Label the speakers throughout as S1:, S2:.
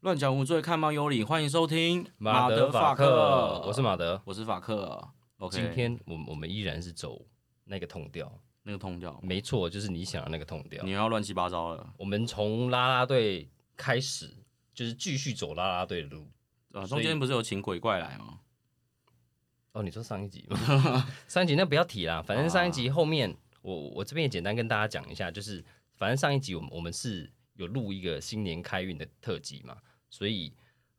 S1: 乱讲无罪，看猫有理，欢迎收听
S2: 马德法克，我是马德。
S1: 我是法克。OK，
S2: 今天我们我们依然是走那个痛调，
S1: 那个通调，
S2: 没错，就是你想的那个痛调
S1: 你。要乱七八糟了，
S2: 我们从啦啦队开始，就是继续走啦啦队的路。
S1: 呃，
S2: 所
S1: 中
S2: 以
S1: 间不是有请鬼怪来吗？
S2: 哦，你说上一集吗？ 上一集那不要提啦，反正上一集后面，我我这边也简单跟大家讲一下，就是反正上一集我们我们是有录一个新年开运的特辑嘛，所以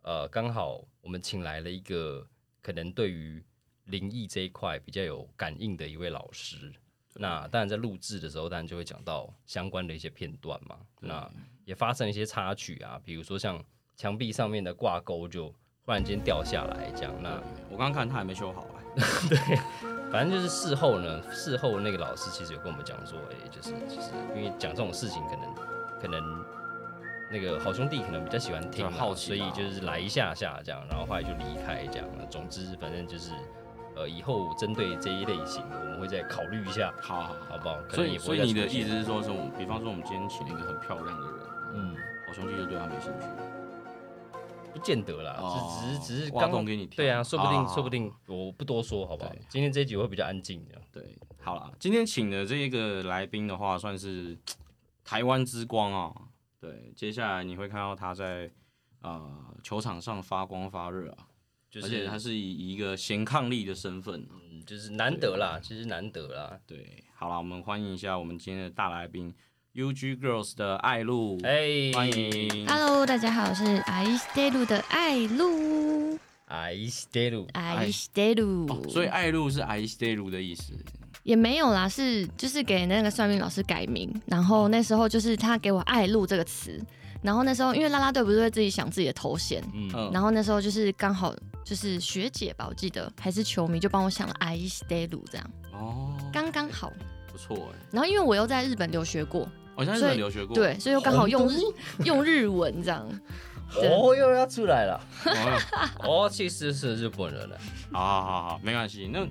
S2: 呃刚好我们请来了一个可能对于灵异这一块比较有感应的一位老师。那当然在录制的时候，当然就会讲到相关的一些片段嘛。那也发生一些插曲啊，比如说像墙壁上面的挂钩就忽然间掉下来这样，那
S1: 我刚刚看他还没修好哎、
S2: 反正就是事后呢，事后那个老师其实有跟我们讲说，哎、就是就是因为讲这种事情，可能可能那个好兄弟可能比较喜欢听
S1: 对
S2: 嘛，
S1: 好奇
S2: 所
S1: 吧
S2: 以就是来一下下这样，然后后来就离开这样。总之，反正就是呃，以后针对这一类型，我们会再考虑一下，
S1: 好好好。
S2: 好不好？可
S1: 所
S2: 能
S1: 以
S2: 也不
S1: 所
S2: 会
S1: 以
S2: 再
S1: 你的
S2: 出现
S1: 意思，是说，什么？比方说我们今天请了一个很漂亮的人，
S2: 嗯，
S1: 我兄弟就对他没兴趣，
S2: 不见得啦，
S1: 哦
S2: 啊只只是只是
S1: 挖
S2: 刚
S1: 洞给你跳。
S2: 对啊，说不定
S1: 好
S2: 说不。定我不多说，好不好
S1: 对？
S2: 今天这一集我会比较安静这样。
S1: 对，好啦，今天请的这个来宾的话，算是台湾之光啊、对，接下来你会看到他在呃球场上发光发热啊，
S2: 就
S1: 而且
S2: 是
S1: 他是以一个贤伉俪的身份。啊
S2: 嗯，就是难得啦，其实难得啦。
S1: 对，好啦，我们欢迎一下我们今天的大来宾 UG Girls 的艾露，
S2: 哎，
S1: 欢迎。
S3: Hello，大家好，我是 I Stay 路的艾露
S2: 哎，stay 路，
S3: ，I Stay 路，
S1: 哦所以艾露是 I stay 露的意思，
S3: 也没有啦，是就是给那个算命老师改名，然后那时候就是他给我艾露这个词，然后那时候因为啦啦队不是会自己想自己的头衔，
S2: 嗯，
S1: 嗯，
S3: 然后那时候就是刚好就是学姐吧，我记得还是球迷就帮我想了 I Stay 路这样，
S1: 哦，
S3: 刚刚好。
S1: 不错哎，
S3: 然后因为我又在日本留学过，
S1: 我现在日
S3: 所
S1: 本
S3: 以
S1: 留学过，
S3: 对，所以又刚好用日
S1: 哦
S3: 用日文这样，
S2: 哦，又要出 来了，
S1: 哦，
S2: 哦，其实是日本人了，
S1: 好好好好，没关系。那我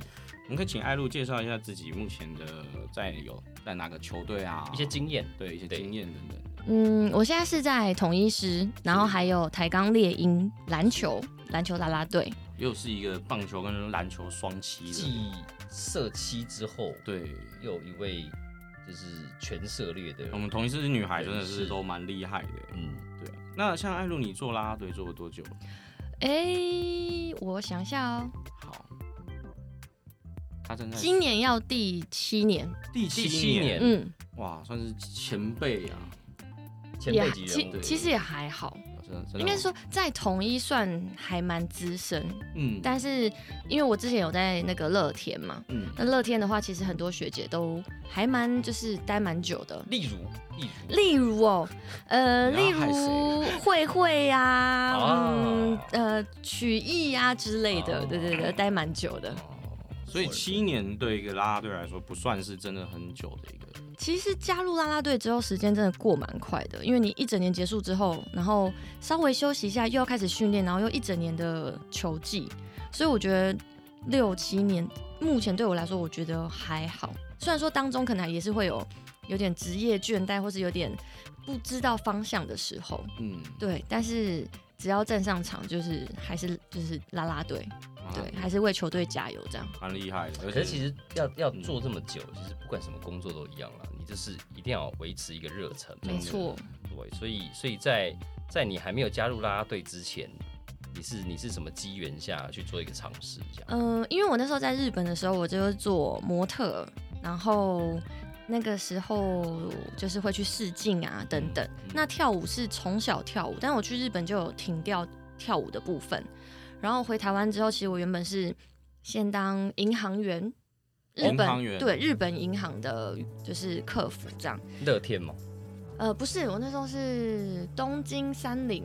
S1: 们可以请艾露介绍一下自己目前的在有在哪个球队啊，
S2: 一些经验，
S1: 对一些
S2: 对
S1: 经验等等。
S3: 嗯，我现在是在统一师，然后还有台钢猎鹰篮球篮球啦啦队，
S1: 又是一个棒球跟篮球双栖的，
S2: 继社七之后，
S1: 对，
S2: 又有一位就是全涉猎的
S1: 我，们同一是女孩，
S2: 对
S1: 真的是
S2: 是
S1: 都蛮厉害的。
S2: 嗯，
S1: 对啊，那像艾露，你做啦啦队做了多久？
S3: 哎、我想一下哦，
S1: 好，他正在
S3: 今年要第七年，
S1: 第
S2: 第七
S1: 年，
S2: 年
S3: 嗯，
S1: 哇，算是前辈啊，
S2: 前
S3: 也
S2: 辈级人
S3: 其
S2: 物，
S3: 其实也还好，
S1: 真的真的
S3: 应该说在统一算还蛮资深，
S1: 嗯
S3: 但是因为我之前有在那个乐天嘛，
S1: 嗯，
S3: 那乐天的话，其实很多学姐都还蛮就是待蛮久的，
S2: 例如，例如，
S3: 例如哦，呃，
S1: 你
S3: 例
S1: 要害
S3: 如慧慧呀、
S2: 啊
S3: 嗯，呃，曲艺呀、之类的，
S1: 啊
S2: 哦
S3: 对对对，待蛮久的。
S1: 所以七年对一个啦啦队来说，不算是真的很久的一个。
S3: 其实加入啦啦队之后，时间真的过蛮快的，因为你一整年结束之后，然后稍微休息一下，又要开始训练，然后又一整年的球技，所以我觉得六七年目前对我来说，我觉得还好。虽然说当中可能也是会有有点职业倦怠，或是有点不知道方向的时候，
S1: 嗯，
S3: 对，但是只要站上场，就是还是就是啦啦队，对，还是为球队加油这样。
S1: 蛮厉害的。而
S2: 可
S1: 且
S2: 是其实要要做这么久，
S1: 嗯
S2: 其实不管什么工作都一样啦，你就是一定要维持一个热忱，
S3: 没错，
S2: 对，所以所以在在你还没有加入啦啦队之前，你是你是什么机缘下去做一个尝试这样？
S3: 嗯、因为我那时候在日本的时候，我就是做模特儿，然后那个时候就是会去试镜啊等等。
S2: 嗯
S3: 那跳舞是从小跳舞，但我去日本就有停掉跳舞的部分。然后回台湾之后，其实我原本是先当银行员，日
S1: 银行员
S3: 本对日本银行的就是客服这样。
S2: 乐天嘛，
S3: 呃，不是，我那时候是东京三菱，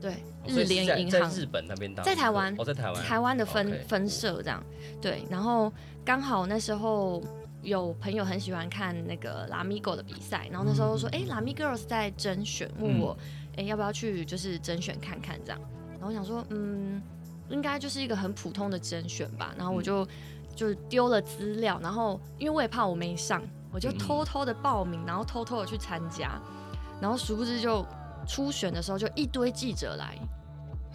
S3: 对，日
S2: 所以是
S3: 联
S2: 在
S3: 银
S2: 在
S3: 行，
S2: 日本那边当，
S3: 在台湾
S2: 哦，在台湾，
S3: 台湾的分
S2: OK
S3: 分社这样，对，然后刚好那时候。有朋友很喜欢看那个拉米狗的比赛，然后那时候说，哎、拉米 girls 在甄选，问我，哎、要不要去就是甄选看看这样。然后我想说，嗯，应该就是一个很普通的甄选吧。然后我就、就丢了资料，然后因为我也怕我没上，我就偷偷的报名，然后偷偷的去参加，然后殊不知就初选的时候就一堆记者来，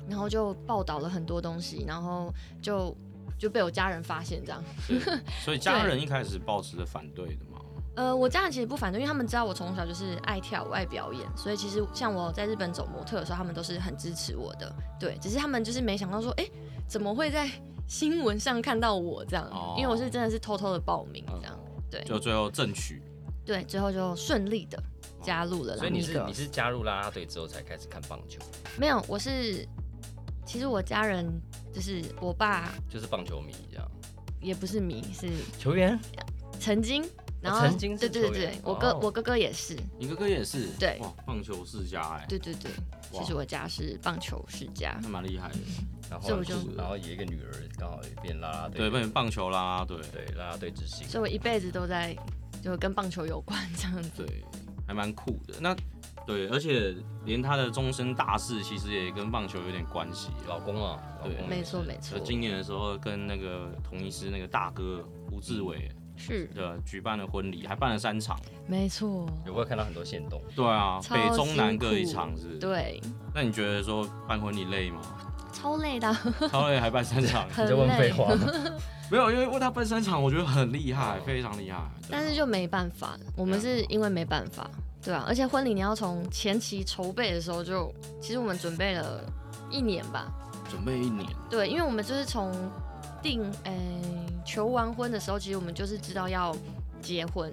S3: 然后就报道了很多东西，然后就就被我家人发现这样。
S1: 是， 所以家人一开始抱持着反对的嘛，
S3: 呃，我家人其实不反对，因为他们知道我从小就是爱跳舞、爱表演，所以其实像我在日本走模特的时候，他们都是很支持我的。对，只是他们就是没想到说，哎、怎么会在新闻上看到我这样？
S1: 哦
S3: 因为我是真的是偷偷的报名
S1: 嗯
S3: 这样。对
S1: 就最后争取。
S3: 对，最后就顺利的加入了啦。
S2: 哦所以你是
S3: Migos
S2: 你是加入啦啦队之后才开始看棒球，
S3: 没有？我是其实我家人就是我爸
S2: 就是棒球迷这样。
S3: 也不是迷，是
S2: 球员
S3: 曾经，然后、
S2: 哦曾经是
S3: 对对
S2: 球员
S3: 对，我哥、
S2: 哦
S3: 我哥哥也是，
S1: 你哥哥也是，
S3: 对
S1: 哇，棒球世家哎、
S3: 对对对，
S1: 哇
S3: 其实我家是棒球世家
S1: 那。蛮厉害的。
S2: 然
S3: 所以
S2: 后
S3: 我就
S2: 然后有一个女儿刚好也变啦啦
S1: 对，
S2: 队的，
S1: 被棒球啦啦队，
S2: 对啦啦队之星。
S3: 所以我一辈子都在就跟棒球有关这样子。
S1: 对，还蛮酷的。那对，而且连他的终身大事其实也跟棒球有点关系。哦
S2: 老公啊，老
S1: 对
S2: 公
S3: 没错
S2: 也是
S3: 没
S1: 就
S3: 错，
S1: 今年的时候，跟那个同医师那个大哥胡志伟
S3: 是
S1: 的举办了婚礼，还办了三场。
S3: 没错，
S2: 有没有看到很多线动？
S1: 对啊，
S3: 超
S1: 北中南
S3: 辛苦
S1: 各一场是不是。。
S3: 对，
S1: 那你觉得说办婚礼累吗？
S3: 超累的，啊？
S1: 超累，还办三场
S3: 很
S2: 你在问废
S3: 累，
S2: 话吗？
S1: 没有，因为问他办三场，我觉得很厉害，
S2: 哦
S1: 非常厉害。对啊
S3: 但是就没办法，我们是因为没办法，对啊，而且婚礼你要从前期筹备的时候就，其实我们准备了一年吧，
S1: 准备一年，
S3: 对，因为我们就是从定诶、求完婚的时候，其实我们就是知道要结婚。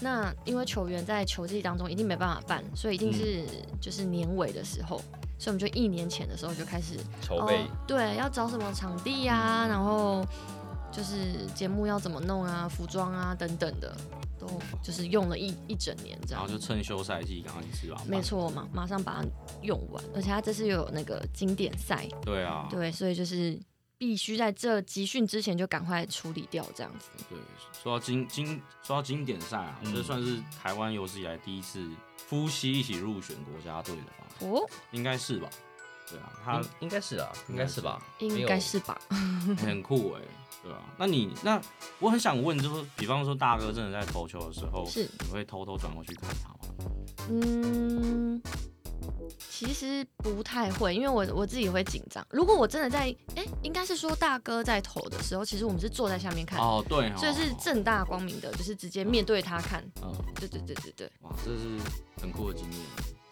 S3: 那因为球员在球季当中一定没办法办，所以一定是就是年尾的时候，所以我们就一年前的时候就开始
S2: 筹备
S3: 哦，对，要找什么场地啊，然后就是节目要怎么弄啊，服装啊等等的，都就是用了一一整年这
S1: 然
S3: 样
S1: 后。就趁休赛季赶快吃吧。
S3: 没。错，马马上把它用完，而且他这次又有那个经典赛，
S1: 对啊。
S3: 对，所以就是必须在这集训之前就赶快处理掉这样子。
S1: 对，说到经经说到经典赛啊，
S2: 嗯
S1: 这算是台湾有史以来第一次夫妻一起入选国家队的吧？
S3: 哦，
S1: 应该是吧？对啊，他
S2: 应应该是啊，应该是吧？没
S3: 应
S2: 有
S3: 该是吧？嗯
S1: 很酷哎、对啊。那你那我很想问，就是比方说大哥真的在投球的时候，
S3: 是，
S1: 你会偷偷转过去看他吗？
S3: 嗯，其实不太会，因为我我自己会紧张。如果我真的在，哎、应该是说大哥在投的时候，其实我们是坐在下面看，
S1: 哦，对哦，
S3: 所以是正大光明的，就是直接面对他看。
S1: 嗯，
S3: 对对对对对，
S1: 哇，这是很酷的经验。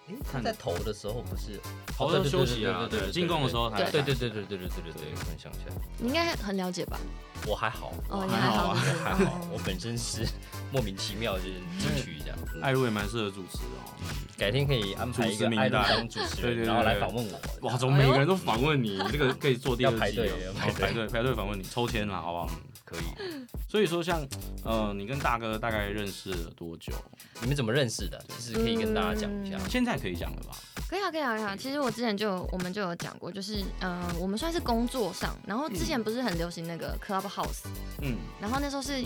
S2: 诶他在投的时候不是
S1: 投的时候休息啊，对，进攻的时候才
S2: 对
S3: 对
S2: 对对对对对对对对，我突然想起来，
S3: 你应该很了解吧？
S2: 我还好，
S3: 哦，
S2: 我
S3: 你
S1: 还
S3: 还
S1: 好
S3: 好
S1: 啊
S3: 对不对，
S2: 还好，
S3: 哦
S2: 我本身是莫名其妙就是进去这样，
S1: 艾瑞也蛮适合主持的哦。
S2: 改天可以安排一个艾露当主持
S1: 对对对
S2: 人，然后来访问我。
S1: 哇，怎么每个人都访问你？这个可以做第二
S2: 哎 要排
S1: 季哦
S2: 队要
S1: 哦
S2: 排队
S1: 排队排队访问你，抽签啦，好不好？
S2: 可以？
S1: 所以说像，呃，你跟大哥大概认识了多久？
S2: 你们怎么认识的？其实可以跟大家讲一下。
S1: 现在可以讲了吧？
S3: 可以啊，可以啊，可以啊。其实我之前就有我们就有讲过，就是呃，我们算是工作上，然后之前不是很流行那个 Clubhouse，
S1: 嗯，
S3: 然后那时候是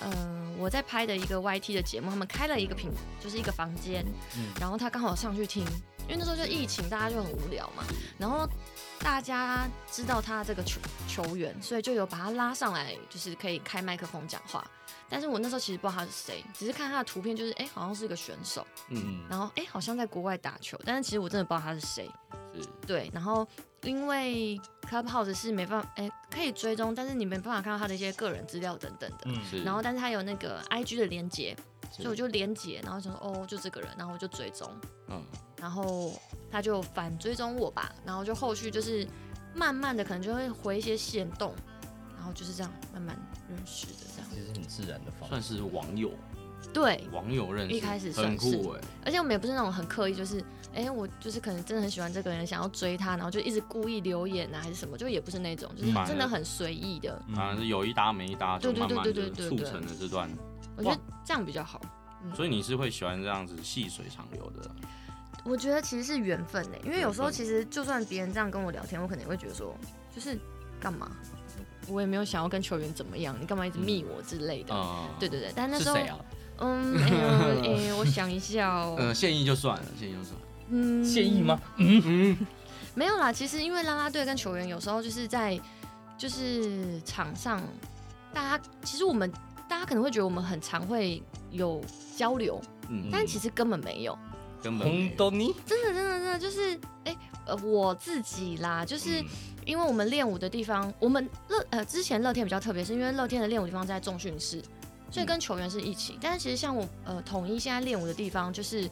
S3: 呃我在拍的一个 YT 的节目，他们开了一个屏，就是一个房间，
S1: 嗯
S3: 然后他刚好上去听，因为那时候就疫情，大家就很无聊嘛，然后大家知道他这个球球员，所以就有把他拉上来，就是可以开麦克风讲话。但是我那时候其实不知道他是谁，只是看他的图片，就是哎、好像是一个选手，
S1: 嗯，
S3: 然后哎、好像在国外打球，但是其实我真的不知道他是谁。
S2: 嗯
S1: 是
S3: 对，然后因为 Clubhouse 是没办法，哎、可以追踪，但是你没办法看到他的一些个人资料等等的。
S2: 嗯，
S1: 是。
S3: 然后，但是他有那个 IG 的连接，所以我
S1: 就
S3: 就连接，然后想说哦，就这个人，然后我就追踪，
S1: 嗯，
S3: 然后他就反追踪我吧，然后就后续就是慢慢的可能就会回一些线动，然后就是这样慢慢认识的这样。
S2: 其实很自然的方
S1: 算是网友，
S3: 对，
S1: 网友认识，
S3: 一开始
S1: 很
S3: 算是
S1: 酷哎、
S3: 而且我们也不是那种很刻意，就是哎、我就是可能真的很喜欢这个人，想要追他，然后就一直故意留言啊，还是什么，就也不是那种，就是
S1: 反而
S3: 真的很随意的。
S2: 嗯
S1: 反啊正是有一搭没一搭，就
S3: 对对
S1: 慢
S3: 对
S1: 慢
S3: 对
S1: 的
S3: 对对
S1: 促
S3: 对
S1: 成了这段。
S3: 我觉得这样比较好。
S1: 所以你是会喜欢这样子细水长流的，
S3: 我觉得其实是缘分呢、因为有时候
S1: 缘分
S3: 其实就算别人这样跟我聊天，我可能也会觉得说，就是干嘛？我也没有想要跟球员怎么样，你干嘛一直密我之类的？
S1: 嗯，
S3: 对，对对，但那
S2: 是
S3: 时候，
S2: 谁啊？
S3: 嗯，哎、呦，哎、我想一下哦、
S1: 呃，现役就算了，现役就算了，
S3: 嗯，
S2: 谢意吗？？
S3: 没有啦，其实因为啦啦队跟球员有时候就是在就是场上，大家其实我们大家可能会觉得我们很常会有交流，
S1: 嗯，
S3: 但其实根本没有。
S1: 根本没
S2: 红
S1: 有
S2: 豆泥，
S3: 真的真的真的就是，哎、呃，我自己啦，就是
S1: 嗯
S3: 因为我们练舞的地方，我们乐呃之前乐天比较特别，是因为乐天的练舞地方在重训室，
S1: 嗯
S3: 所以跟球员是一起。但是其实像我呃统一现在练舞的地方，就是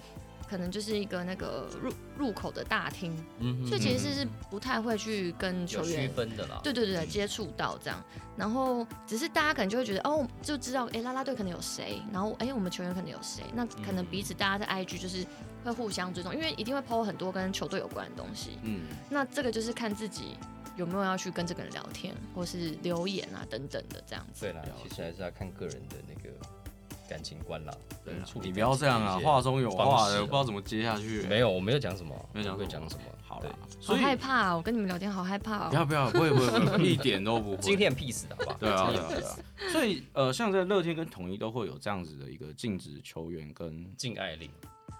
S3: 可能就是一个那个入入口的大厅，
S2: 嗯
S3: 所以其
S1: 嗯
S3: 实是不太会去跟球
S2: 有
S3: 员
S2: 区分的啦。
S3: 对对对对，
S1: 嗯
S3: 接触到这样，然后只是大家可能就会觉得哦，就知道哎、诶啦啦队可能有谁，然后哎、诶我们球员可能有谁，那可能
S1: 嗯
S3: 彼此大家在 IG 就是会互相追踪，因为一定会 PO 很多跟球队有关的东西。
S1: 嗯，
S3: 那这个就是看自己有没有要去跟这个人聊天，或是留言啊等等的这样子。
S2: 对啦，其实还是要看个人的那个感情观啦。
S1: 对
S2: 跟
S1: 啊
S2: 嗯处理
S1: 你不要这样啊，
S2: 感情的一些
S1: 话中有话
S2: 方式
S1: 的，
S2: 啊
S1: 不知道怎么接下去。
S2: 没有，我没有讲什么，
S1: 没有讲什么
S2: 我讲什么。
S1: 好
S2: 对
S1: 了，，
S3: 好
S1: 所以
S3: 害怕、哦，我跟你们聊天好害怕
S1: 不
S3: 哦。
S1: 要不要，不会不会不 会，一点都不会。
S2: 今天 peace 的好吧？
S1: 对啊
S2: 今
S1: 对
S2: 天
S1: 啊
S2: peace
S1: 对啊，所以呃，像在乐天跟统一都会有这样子的一个禁止球员跟
S2: 敬爱令，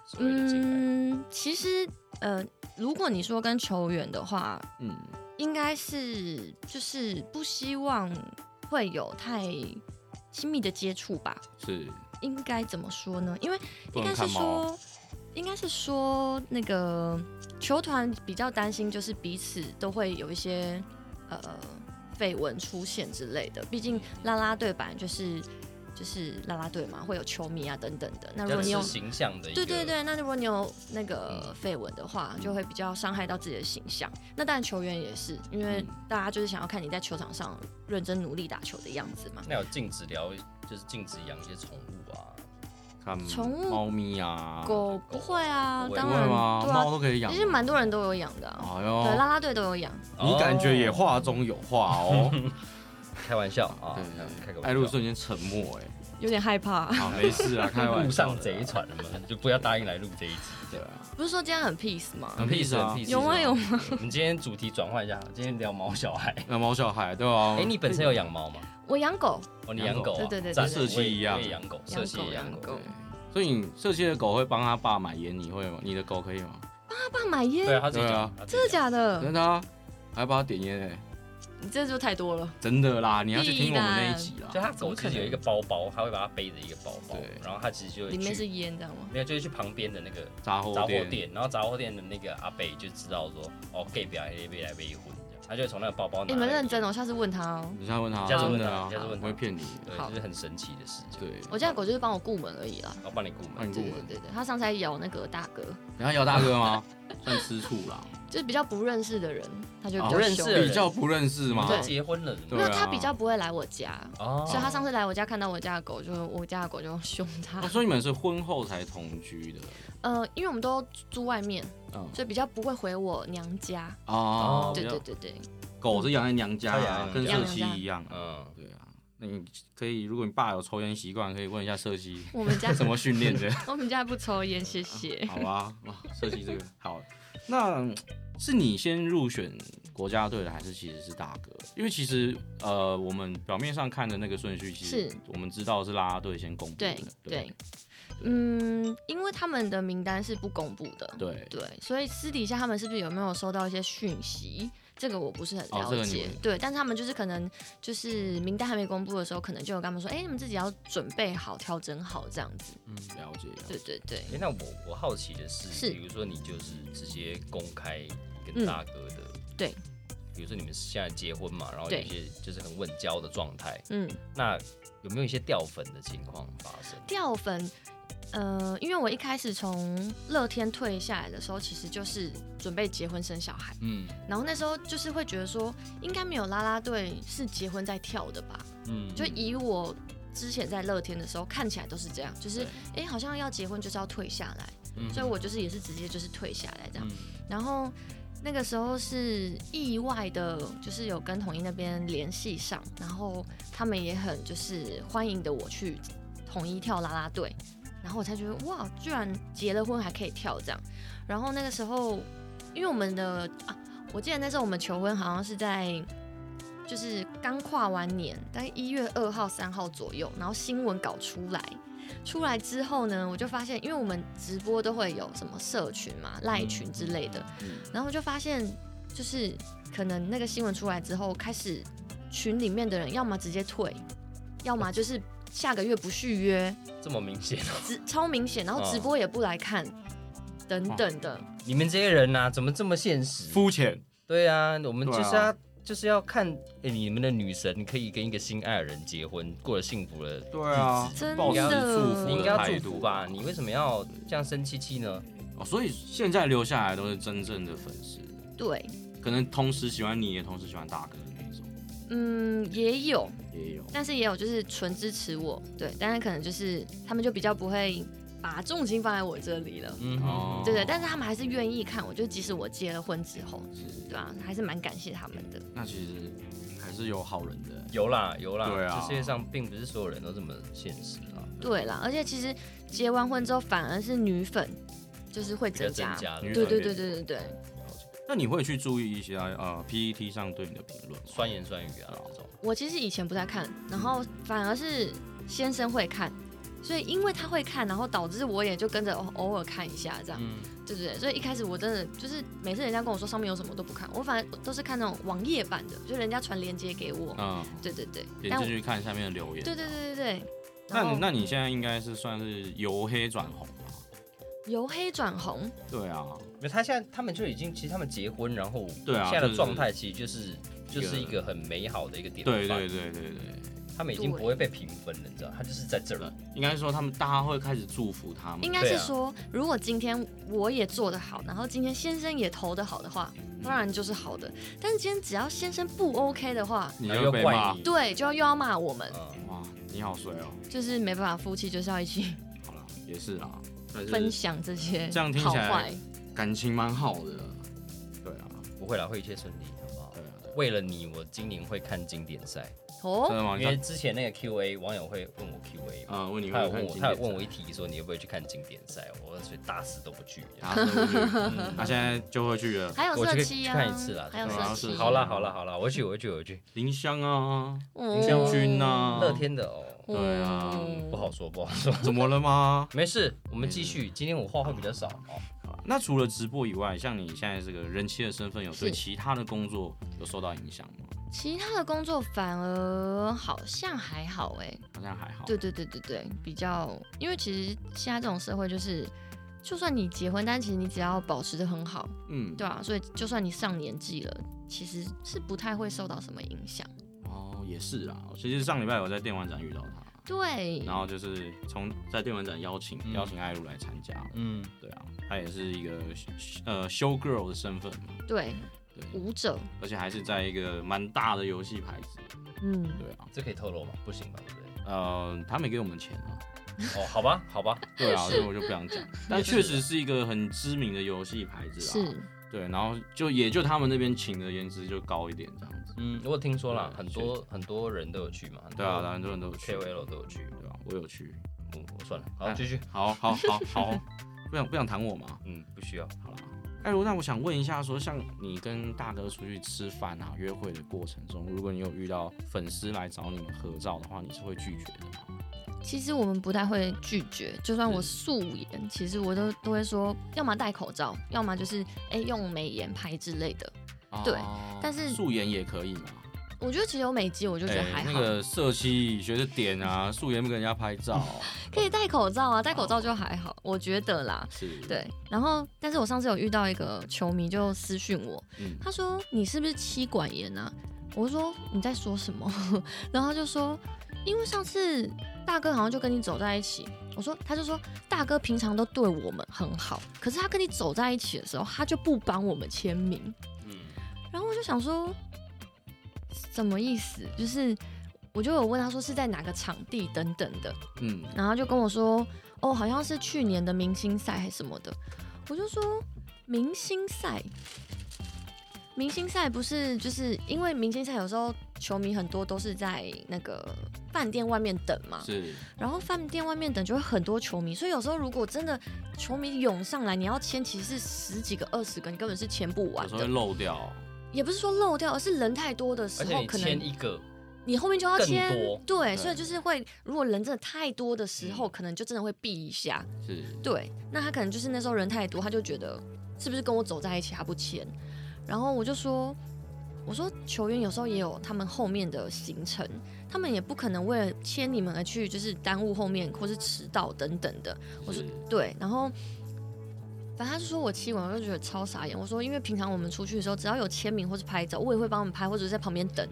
S2: 所谓的敬爱令。
S3: 嗯，其实呃，如果你说跟球员的话，
S1: 嗯
S3: 应该是就是不希望会有太亲密的接触吧？
S1: 是
S3: 应该怎么说呢？因为
S1: 不
S3: 应
S1: 能
S3: 该是
S1: 看猫啊，
S3: 说，应该是说那个球团比较担心，就是彼此都会有一些呃绯闻出现之类的。毕竟啦啦队版就是就是啦啦队嘛，会有球迷啊等等的。那
S2: 比较
S3: 如果你有
S2: 吃形象的一个，
S3: 对对对，那如果你有那
S1: 嗯
S3: 个绯闻的话，就会比较伤害到自己的形象。那当然球员也是，因为
S1: 嗯
S3: 大家就是想要看你在球场上认真努力打球的样子嘛。
S2: 那有禁止聊，就是禁止养一些宠物啊，
S1: 看
S3: 宠物
S1: 猫咪啊，
S3: 狗不会啊
S2: 不，
S1: 不
S2: 会
S3: 当
S1: 会
S3: 然
S1: 吗？
S3: 对
S1: 猫
S3: 啊，
S1: 都可以养
S3: 其
S1: 吗，
S3: 实蛮多人都有养的啊、
S1: 哎
S3: 对，
S1: 呦，
S3: 啦啦队都有养。
S1: 你感觉也
S2: 哦
S1: 话中有话哦。
S2: 开玩笑啊
S1: 对对，
S2: 开个玩笑
S1: 艾露瞬间沉默，哎，
S3: 有点害怕，
S1: 好，没事啊，开玩
S2: 路
S1: 笑的啊。
S2: 上贼船嘛，就不要答应来录这一集。
S1: 对啊，
S3: 不是说今天很 peace 吗？
S1: 很 peace 啊
S2: 很 peace
S3: 有吗有吗？
S2: 我们今天主题转换一下，今天聊毛小孩。
S1: 那猫小孩对啊，
S2: 哎，你本身有养猫吗？
S3: 我养狗，
S2: 哦，你养狗啊？
S3: 养狗对对对
S2: 赞
S1: 对对
S2: 我也
S1: 社区一样
S2: 我也养狗，
S3: 养
S2: 社系
S3: 狗
S2: 也养
S3: 养
S2: 狗。
S3: 狗，
S1: 所以你社区的狗会帮他爸买烟，你会吗？你的狗可以吗？
S3: 他爸买烟
S2: 对，啊，他自己
S1: 对
S2: 讲
S1: 啊，
S2: 他自己
S3: 真的
S2: 讲？
S3: 假的？
S1: 真的啊，还帮他点烟哎，
S3: 你这就太多了。
S1: 真的啦，你要去听我们那一集
S2: 就
S1: 啦。
S2: 他狗其实有一个包包，他会把它背着一个包包
S1: 对，
S2: 然后他其实就会
S3: 里面
S2: 去
S3: 是烟，知道吗？
S2: 没有，就是去旁边的那个
S1: 杂货
S2: 杂货
S1: 店，
S2: 店，然后杂货店的那个阿北就知道说，哦，gay 表来被来被婚这样，他就会从那个包包拿。
S3: 你们认真哦，，下次问他哦。
S1: 你现在问他，
S2: 下次
S1: 真
S2: 问他
S1: 的啊
S2: 下次问，他
S1: 不会骗你。
S2: 对，
S3: 好
S2: 就是很神奇的事情。
S1: 对，
S3: 我家的狗就是帮我顾门而已啦。
S2: 然后帮你顾
S1: 帮
S2: 门
S1: 你，
S3: 对
S1: 顾
S3: 对
S1: 门。
S3: 对对，他上次还咬那个大哥。
S1: 然后姚大哥吗？ 算吃醋啦，
S3: 就是比较不认识的人，他就比
S1: 哦
S3: 较
S2: 不认识
S3: 凶
S2: 的人
S1: 比较不认识吗
S2: 你？
S3: 对
S2: 都结婚了，对不
S1: 对
S2: 对
S3: 没有，
S1: 啊
S3: 他比较不会来我家，
S2: 哦
S3: 所以他上次来我家看到我家的狗，就我家的狗就凶他
S1: 哦。所以你们是婚后才同居的，
S3: 呃，因为我们都住外面，
S1: 嗯
S3: 所以比较不会回我娘家。
S1: 哦
S2: 哦，
S3: 对
S1: 比较
S3: 对对对，
S1: 狗是养在娘家
S2: 它养
S1: 啊，
S2: 在
S1: 跟
S3: 娘
S1: 社
S3: 家
S1: 区一样啊。
S2: 嗯，
S1: 对啊，那你可以，如果你爸有抽烟习惯，可以问一下社区
S3: 我们家
S1: 怎么训练的，
S3: 我们家不抽烟，谢
S2: 嗯
S3: 谢。
S1: 好吧？哇，社区这个好，那是你先入选国家队的，还是其实是大哥？因为其实呃，我们表面上看的那个顺序，其实
S3: 是
S1: 我们知道是啦啦队先公布的
S3: 对，对，嗯，因为他们的名单是不公布的，
S1: 对，
S3: 对，所以私底下他们是不是有没有收到一些讯息？这个我不是很
S1: 哦这个
S3: 了
S1: 你
S3: 解，
S1: 们
S3: 对，但是他们就是可能就是名单还没公布的时候，可能就有跟他们说，哎、你们自己要准备好、调整好这样子。
S1: 嗯，了解了解。
S3: 对对对，
S2: 哎，那我我好奇的是，
S3: 是
S2: 比如说你就是直接公开跟
S3: 嗯
S2: 大哥的，
S3: 对，
S2: 比如说你们现在结婚嘛，然后有
S3: 对
S2: 一些就是很稳交的状态，
S3: 嗯，
S2: 那有没有一些掉粉的情况发生？
S3: 掉粉，呃，因为我一开始从乐天退下来的时候，其实就是准备结婚生小孩，
S2: 嗯
S3: 然后那时候就是会觉得说，应该没有啦啦队是结婚在跳的吧？
S2: 嗯
S3: 就以我之前在乐天的时候，看起来都是这样，就是
S1: 对
S3: 哎、诶好像要结婚就是要退下来，
S2: 嗯
S3: 所以我就是也是直接就是退下来这样。
S2: 嗯
S3: 然后那个时候是意外的，就是有跟统一那边联系上，然后他们也很就是欢迎的我去统一跳啦啦队，然后我才觉得哇，居然结了婚还可以跳这样。然后那个时候，因为我们的啊，我记得那时候我们求婚好像是在。就是刚跨完年，大概一月二号、三号左右，然后新闻稿出来，出来之后呢，我就发现，因为我们直播都会有什么社群嘛、赖群之类的，
S1: 嗯
S3: 然后我就发现，就是可能那个新闻出来之后，开始群里面的人要么直接退，要么就是下个月不续约，
S2: 这么明显哦，
S3: 直超明显，然后直播也不来看。等等的。
S2: 你们这些人呐、怎么这么现实？
S1: 肤浅，
S2: 对啊，我们
S1: 对啊
S2: 就是要、就是要看、诶你们的女神可以跟一个心爱的人结婚，过得幸福了。
S1: 对啊
S3: 真
S1: 抱持
S3: 的
S1: 祝福
S2: 你应
S1: 的
S2: 该要
S1: 态
S2: 祝福
S1: 度
S2: 吧？你为什么要这样生气气呢？
S1: 哦，所以现在留下来都是真正的粉丝，
S3: 对，
S1: 可能同时喜欢你，也同时喜欢大哥的那种，
S3: 嗯，也有，
S1: 也有。
S3: 但是也有就是纯支持我，对，但是可能就是他们就比较不会把重心放在我这里了。
S2: 嗯
S1: 哦，
S3: 对对，但是他们还是愿意看我，就即使我结了婚之后，
S1: 是
S3: 对啊，还是蛮感谢他们的。
S1: 那其实还是有好人的，
S2: 有啦有啦，
S1: 对啊
S2: 这世界上并不是所有人都这么现实啊，
S3: 对啦，而且其实结完婚之后，反而是女粉就是会
S2: 比较
S3: 增
S2: 增
S3: 加。
S2: 加了。
S1: 女
S3: 对
S1: 粉
S3: 对
S1: 也
S3: 对对对对，
S1: 那你会去注意一些呃 PET 上对你的评论吗？
S2: 酸言酸语啊这种，
S3: 我其实以前不太看，然后反而是先生会看，所以因为他会看，然后导致我也就跟着偶偶尔看一下这样，
S2: 嗯，
S3: 对对对。所以一开始我真的就是每次人家跟我说上面有什么我都不看，我反正都是看那种网页版的，就人家传链接给我，
S1: 嗯，
S3: 对对对，
S1: 点
S3: 但我
S1: 进去看下面的留言。
S3: 对对对对对。
S1: 那
S3: 然后
S1: 你那你现在应该是算是由黑转红吧？
S3: 由黑转红，
S1: 对啊，
S2: 因为他现在他们就已经，其实他们结婚，然后
S1: 对啊
S2: 现在
S1: 就
S2: 的
S1: 是
S2: 状态其实就是
S1: 一
S2: 就
S1: 个
S2: 是一个很美好的一个典范，
S1: 对对对对对，
S2: 他们已经
S3: 对
S2: 不会被评分了，你知道，他就是在这儿，
S1: 应该说他们大家会开始祝福他们
S3: 应。该是
S2: 对啊
S3: 说，如果今天我也做得好，然后今天先生也投得好的话，
S1: 嗯
S3: 当然就是好的。但是今天只要先生不 OK 的话，
S1: 你
S2: 然后
S1: 又
S2: 又
S1: 被
S2: 怪
S1: 骂，
S2: 你，
S3: 对，就要又要骂我们，
S2: 嗯，
S1: 哇，你好衰哦。
S3: 就是没办法，夫妻就是要一起
S1: 好了，也是啦，但
S3: 分
S1: 是
S3: 享这些
S1: 这样听
S3: 好
S1: 起来
S3: 坏。
S1: 感情蛮好的。对啊，
S2: 不会啦，会一切顺利，好不好
S1: 对？啊，对啊
S2: 为了你，我今年会看经典赛，
S1: 真
S3: 哦，
S1: 的吗？你
S2: 因为
S1: 看，
S2: 之前那个 Q&A 网友会问我 Q&A 嘛，
S1: 呃，问你
S2: 他有
S1: 会
S2: 问
S1: 看
S2: 我，
S1: 经
S2: 他有
S1: 典
S2: 问我一题说你会不会去看经典赛，我所以打死都 不去。
S1: 他是不是
S2: 嗯
S1: 他现在就会去了，
S3: 还有
S2: 我
S3: 色
S2: 去
S3: 妻
S2: 去
S3: 啊，
S2: 看一次啦
S3: 还有
S1: 对啊
S3: 色
S1: 是
S3: 妻，
S2: 好啦好啦好啦，我去我去我去，
S1: 林香啊，
S3: 嗯，
S1: 林湘君啊
S2: 乐天的哦，
S3: 嗯，
S1: 对啊
S2: 不好说不好说，
S1: 怎么了吗？
S2: 没事，我们继
S1: 嗯
S2: 续。今天我话会比较少哦，
S1: 好啦那除了直播以外，像你现在这个人妻的身份，有对
S3: 是
S1: 其他的工作有受到影响吗？
S3: 嗯其他的工作反而好像还好哎、
S1: 好像还好。
S3: 对对对对对，比较，因为其实现在这种社会就是，就算你结婚，但其实你只要保持的很好，
S1: 嗯，
S3: 对啊，所以就算你上年纪了，其实是不太会受到什么影响。
S1: 哦，也是啦。其实上礼拜我在电玩展遇到他，
S3: 对，
S1: 然后就是从在电玩展邀请、
S2: 嗯
S1: 邀请艾露来参加，
S2: 嗯，
S1: 对啊，他也是一个呃 show girl 的身份嘛，
S3: 对
S1: 对，
S3: 舞者，
S1: 而且还是在一个蛮大的游戏牌子，
S3: 嗯，
S1: 对啊，
S2: 这可以透露吗？不行吧，对不对？
S1: 呃，他没给我们钱啊，
S2: 哦，好吧，好吧，
S1: 对啊，所以我就不想 讲，但确实是一个很知名的游戏牌子啊，
S3: 啊是，
S1: 对，然后就也就他们那边请的颜值就高一点这样子，
S2: 嗯，我有听说啦，
S1: 对
S2: 很多很多人都有去嘛，很
S1: 对啊，
S2: 多
S1: 很多人都有去，对
S2: KOL 都有去，
S1: 啊，我有去，
S2: 嗯，我算了，
S1: 哎
S2: 好，继续，
S1: 好好好好，不想不想谈我嘛，
S2: 嗯，不需要。
S1: 好啦，艾罗，那我想问一下说像你跟大哥出去吃饭啊、约会的过程中，如果你有遇到粉丝来找你们合照的话，你是会拒绝的吗？
S3: 其实我们不太会拒绝，就算我素颜，其实我都都会说，要么戴口罩，要么就是哎、用美颜拍之类的。对
S1: 哦
S3: 但是
S1: 素颜也可以嘛？
S3: 我觉得其实有美肌，我就觉得
S1: 哎
S3: 还好，
S1: 那个色漆学的点啊，素颜不跟人家拍 照
S3: 可以戴口罩啊，戴口罩就还好，我觉得啦。
S1: 是，
S3: 对，然后但是我上次有遇到一个球迷就私讯我，
S1: 嗯，
S3: 他说你是不是妻管严啊？我说你在说什么？ 然后他就说，因为上次大哥好像就跟你走在一起。我说，他就说大哥平常都对我们很好，可是他跟你走在一起的时候，他就不帮我们签名。
S2: 嗯，
S3: 然后我就想说，什么意思？就是我就有问他说是在哪个场地等等的，
S1: 嗯，
S3: 然后就跟我说，哦，好像是去年的明星赛还是什么的。我就说，明星赛，明星赛不是就是因为明星赛有时候球迷很多都是在那个饭店外面等嘛，
S1: 是，
S3: 然后饭店外面等就会很多球迷，所以有时候如果真的球迷涌上来，你要签其实是十几个、二十个，你根本是签不完
S1: 有时候会
S3: 的。
S1: 漏掉，
S3: 也不是说漏掉，而是人太多的时
S2: 而且
S3: 候，
S2: 你
S3: 可能
S2: 签一个，
S3: 你后面就要
S2: 更
S3: 签
S2: 多，
S1: 对
S3: 对，所以就是会，如果人真的太多的时候，
S2: 嗯
S3: 可能就真的会避一下。
S1: 是，
S3: 对，那他可能就是那时候人太多，他就觉得是不是跟我走在一起他不签，然后我就说，我说球员有时候也有他们后面的行程，他们也不可能为了签你们而去就是耽误后面或是迟到等等的。我说
S1: 是
S3: 对，然后反正他就说我亲吻，我就觉得超傻眼。我说，因为平常我们出去的时候，只要有签名或是拍照，我也会帮我们拍，或者是在旁边等，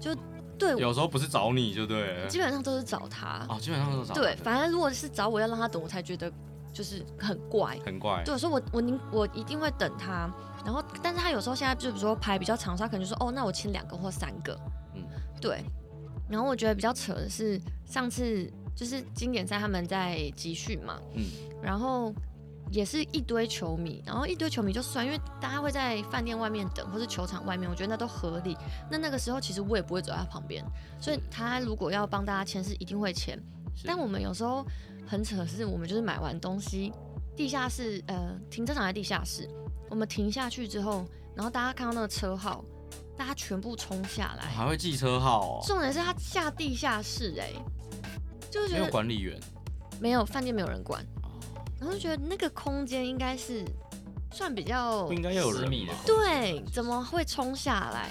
S3: 就对，
S1: 有时候不是找你就对了
S3: 基，本上都是找他。
S1: 哦，基本上都是找
S3: 对，
S1: 他
S3: 反正如果是找我要让他等，我才觉得就是很怪。
S1: 很怪，
S3: 对，所以我我宁我一定会等他。然后，但是他有时候现在就比如说排比较长的时候，他可能就说哦，那我签两个或三个，
S1: 嗯
S3: 嗯，对。然后我觉得比较扯的是上次就是经典赛他们在集训嘛，
S1: 嗯
S3: 嗯，然后也是一堆球迷，然后一堆球迷就算，因为大家会在饭店外面等或是球场外面，我觉得那都合理。那那个时候其实我也不会走在他旁边，所以他如果要帮大家签是一定会签。
S1: 是
S3: 但我们有时候很扯的是，我们就是买完东西，地下室呃停车场在地下室，我们停下去之后，然后大家看到那个车号，大家全部冲下来。
S1: 还会记车号哦，
S3: 重点是他下地下室哎、就是
S1: 没
S3: 觉
S1: 有
S3: 得
S1: 管理员，
S3: 没有饭店没有人管，
S1: 哦
S3: 然后就觉得那个空间应该是算比较
S1: 不应该要有
S2: 私
S1: 人
S2: 密的
S1: 嘛
S3: 对，怎么会冲下来？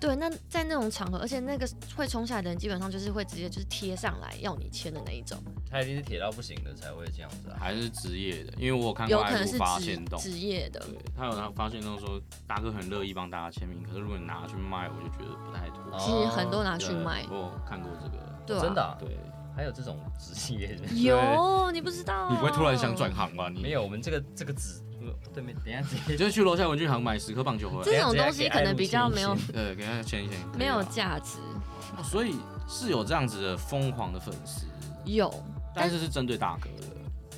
S3: 对，那在那种场合，而且那个会冲下来的人，基本上就是会直接就是贴上来要你签的那一种。
S2: 他一定是铁到不行的才会这样子啊。
S1: 还是职业的，因为我有看
S3: 有
S1: 过
S3: 可
S1: 艾
S3: 能
S1: 露
S3: 是
S1: 发
S3: 职
S1: 现动，
S3: 职业的，
S1: 对他有他发现动说大哥很乐意帮大家签名，可是如果你拿去卖，我就觉得不太妥。
S2: 哦
S3: 其实很多拿去
S1: 对哦
S3: 卖，
S1: 我有看过这个，
S3: 对啊
S2: 真的啊、
S1: 对，
S2: 还有这种职业的？
S3: 有你不知道，啊
S1: 你不会突然想转行吧？你
S2: 没有，我们这个这个职对面，等一下直接
S1: 你就去楼下文具行买十颗棒球回来，
S3: 这种东西可能比较没有
S1: 呃，给他签一签，可以
S3: 没有
S1: 吧
S3: 价值，
S1: 所以是有这样子的疯狂的粉丝，
S3: 有，
S1: 但
S3: 但
S1: 是是针对大哥的，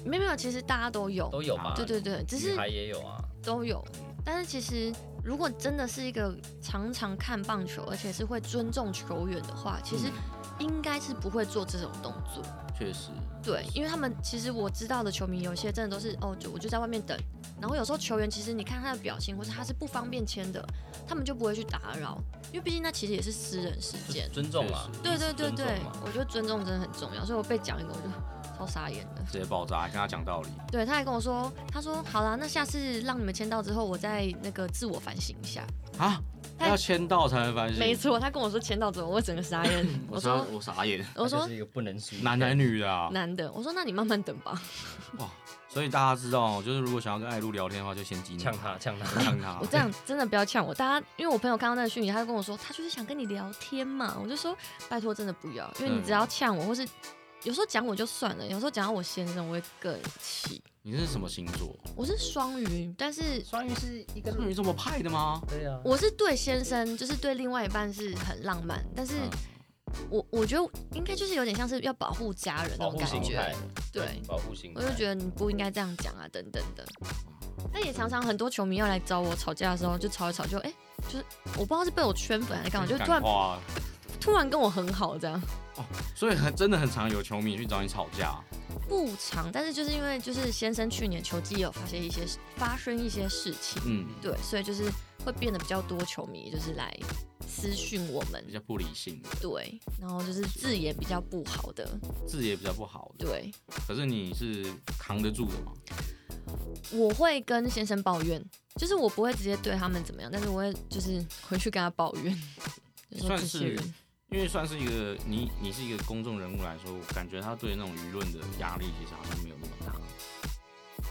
S3: 没有没有，其实大家都有，
S2: 都有吧？
S1: 啊
S3: 对对对，只
S2: 女
S3: 是
S2: 孩也有啊。
S3: 都有，但是其实如果真的是一个常常看棒球，而且是会尊重球员的话，其实
S1: 嗯
S3: 应该是不会做这种动作，
S1: 确实
S3: 对，因为他们其实我知道的球迷有些真的都是哦，就我就在外面等，然后有时候球员其实你看他的表情，或是他是不方便签的，他们就不会去打扰，因为毕竟那其实也是私人时间。
S2: 尊重啊，
S3: 对对对
S2: 尊重
S3: 对
S2: 嘛，
S3: 我觉得尊重真的很重要，所以我被讲一个我就超傻眼的。
S1: 直接爆炸，跟他讲道理，
S3: 对，他还跟我说，他说好啦，那下次让你们签到之后，我再那个自我反省一下。
S1: 啊，
S3: 他
S1: 要签到才能反省。
S3: 没错，他跟我说签到之后，我整个傻眼。
S1: 我
S2: 嗯
S3: 我
S1: 说
S3: 说
S1: 我傻眼，
S3: 我
S2: 他就
S3: 说
S2: 是一个不能输，
S1: 男男女的啊，
S3: 男的，我说那你慢慢等吧。
S1: 所以大家知道，就是如果想要跟艾露聊天的话，就先激怒
S2: 呛他呛他，
S3: 嗯
S1: 呛他
S3: 我。这样真的不要呛我，大家因为我朋友看到那个讯息，他就跟我说他就是想跟你聊天嘛，我就说拜托真的不要，因为你
S2: 嗯
S3: 只要呛我，或是有时候讲我就算了，有时候讲到我先生我会更气。
S1: 你是什么星座？
S3: 我是双鱼，但是
S2: 双鱼是一个
S1: 是你这么派的吗？
S2: 对啊，
S3: 嗯我是对先生，就是对另外一半是很浪漫，但是
S1: 嗯
S3: 我我觉得应该就是有点像是要保护家人那
S2: 保
S3: 种
S2: 护
S3: 感
S2: 心态
S3: 觉，，对，
S2: 保护心
S3: 我
S2: 态，
S3: 就觉得你不应该这样讲啊，等等的。但也常常很多球迷要来找我吵架的时候，就吵一吵就哎、就是我不知道是被我圈粉还是干嘛，
S1: 嗯
S3: 就突然
S1: 哇，
S3: 突然跟我很好这样。
S1: 啊所以很真的很常有球迷去找你吵架，
S3: 不长，但是就是因为就是先生去年球季也有发生一些事发生一些事情，
S1: 嗯，
S3: 对，所以就是会变得比较多球迷就是来私讯我们
S1: 比，较不理性的，
S3: 对，然后就是字眼比较不好的，
S1: 字也比较不好的。
S3: 对，
S1: 可是你是扛得住的嘛？
S3: 我会跟先生抱怨，就是我不会直接对他们怎么样，但是我会就是回去跟他抱怨，就说
S1: 算
S3: 这些
S1: 是
S3: 人，
S1: 因为算是一个你你是一个公众人物来说，我感觉他对那种舆论的压力其实好像没有那么大。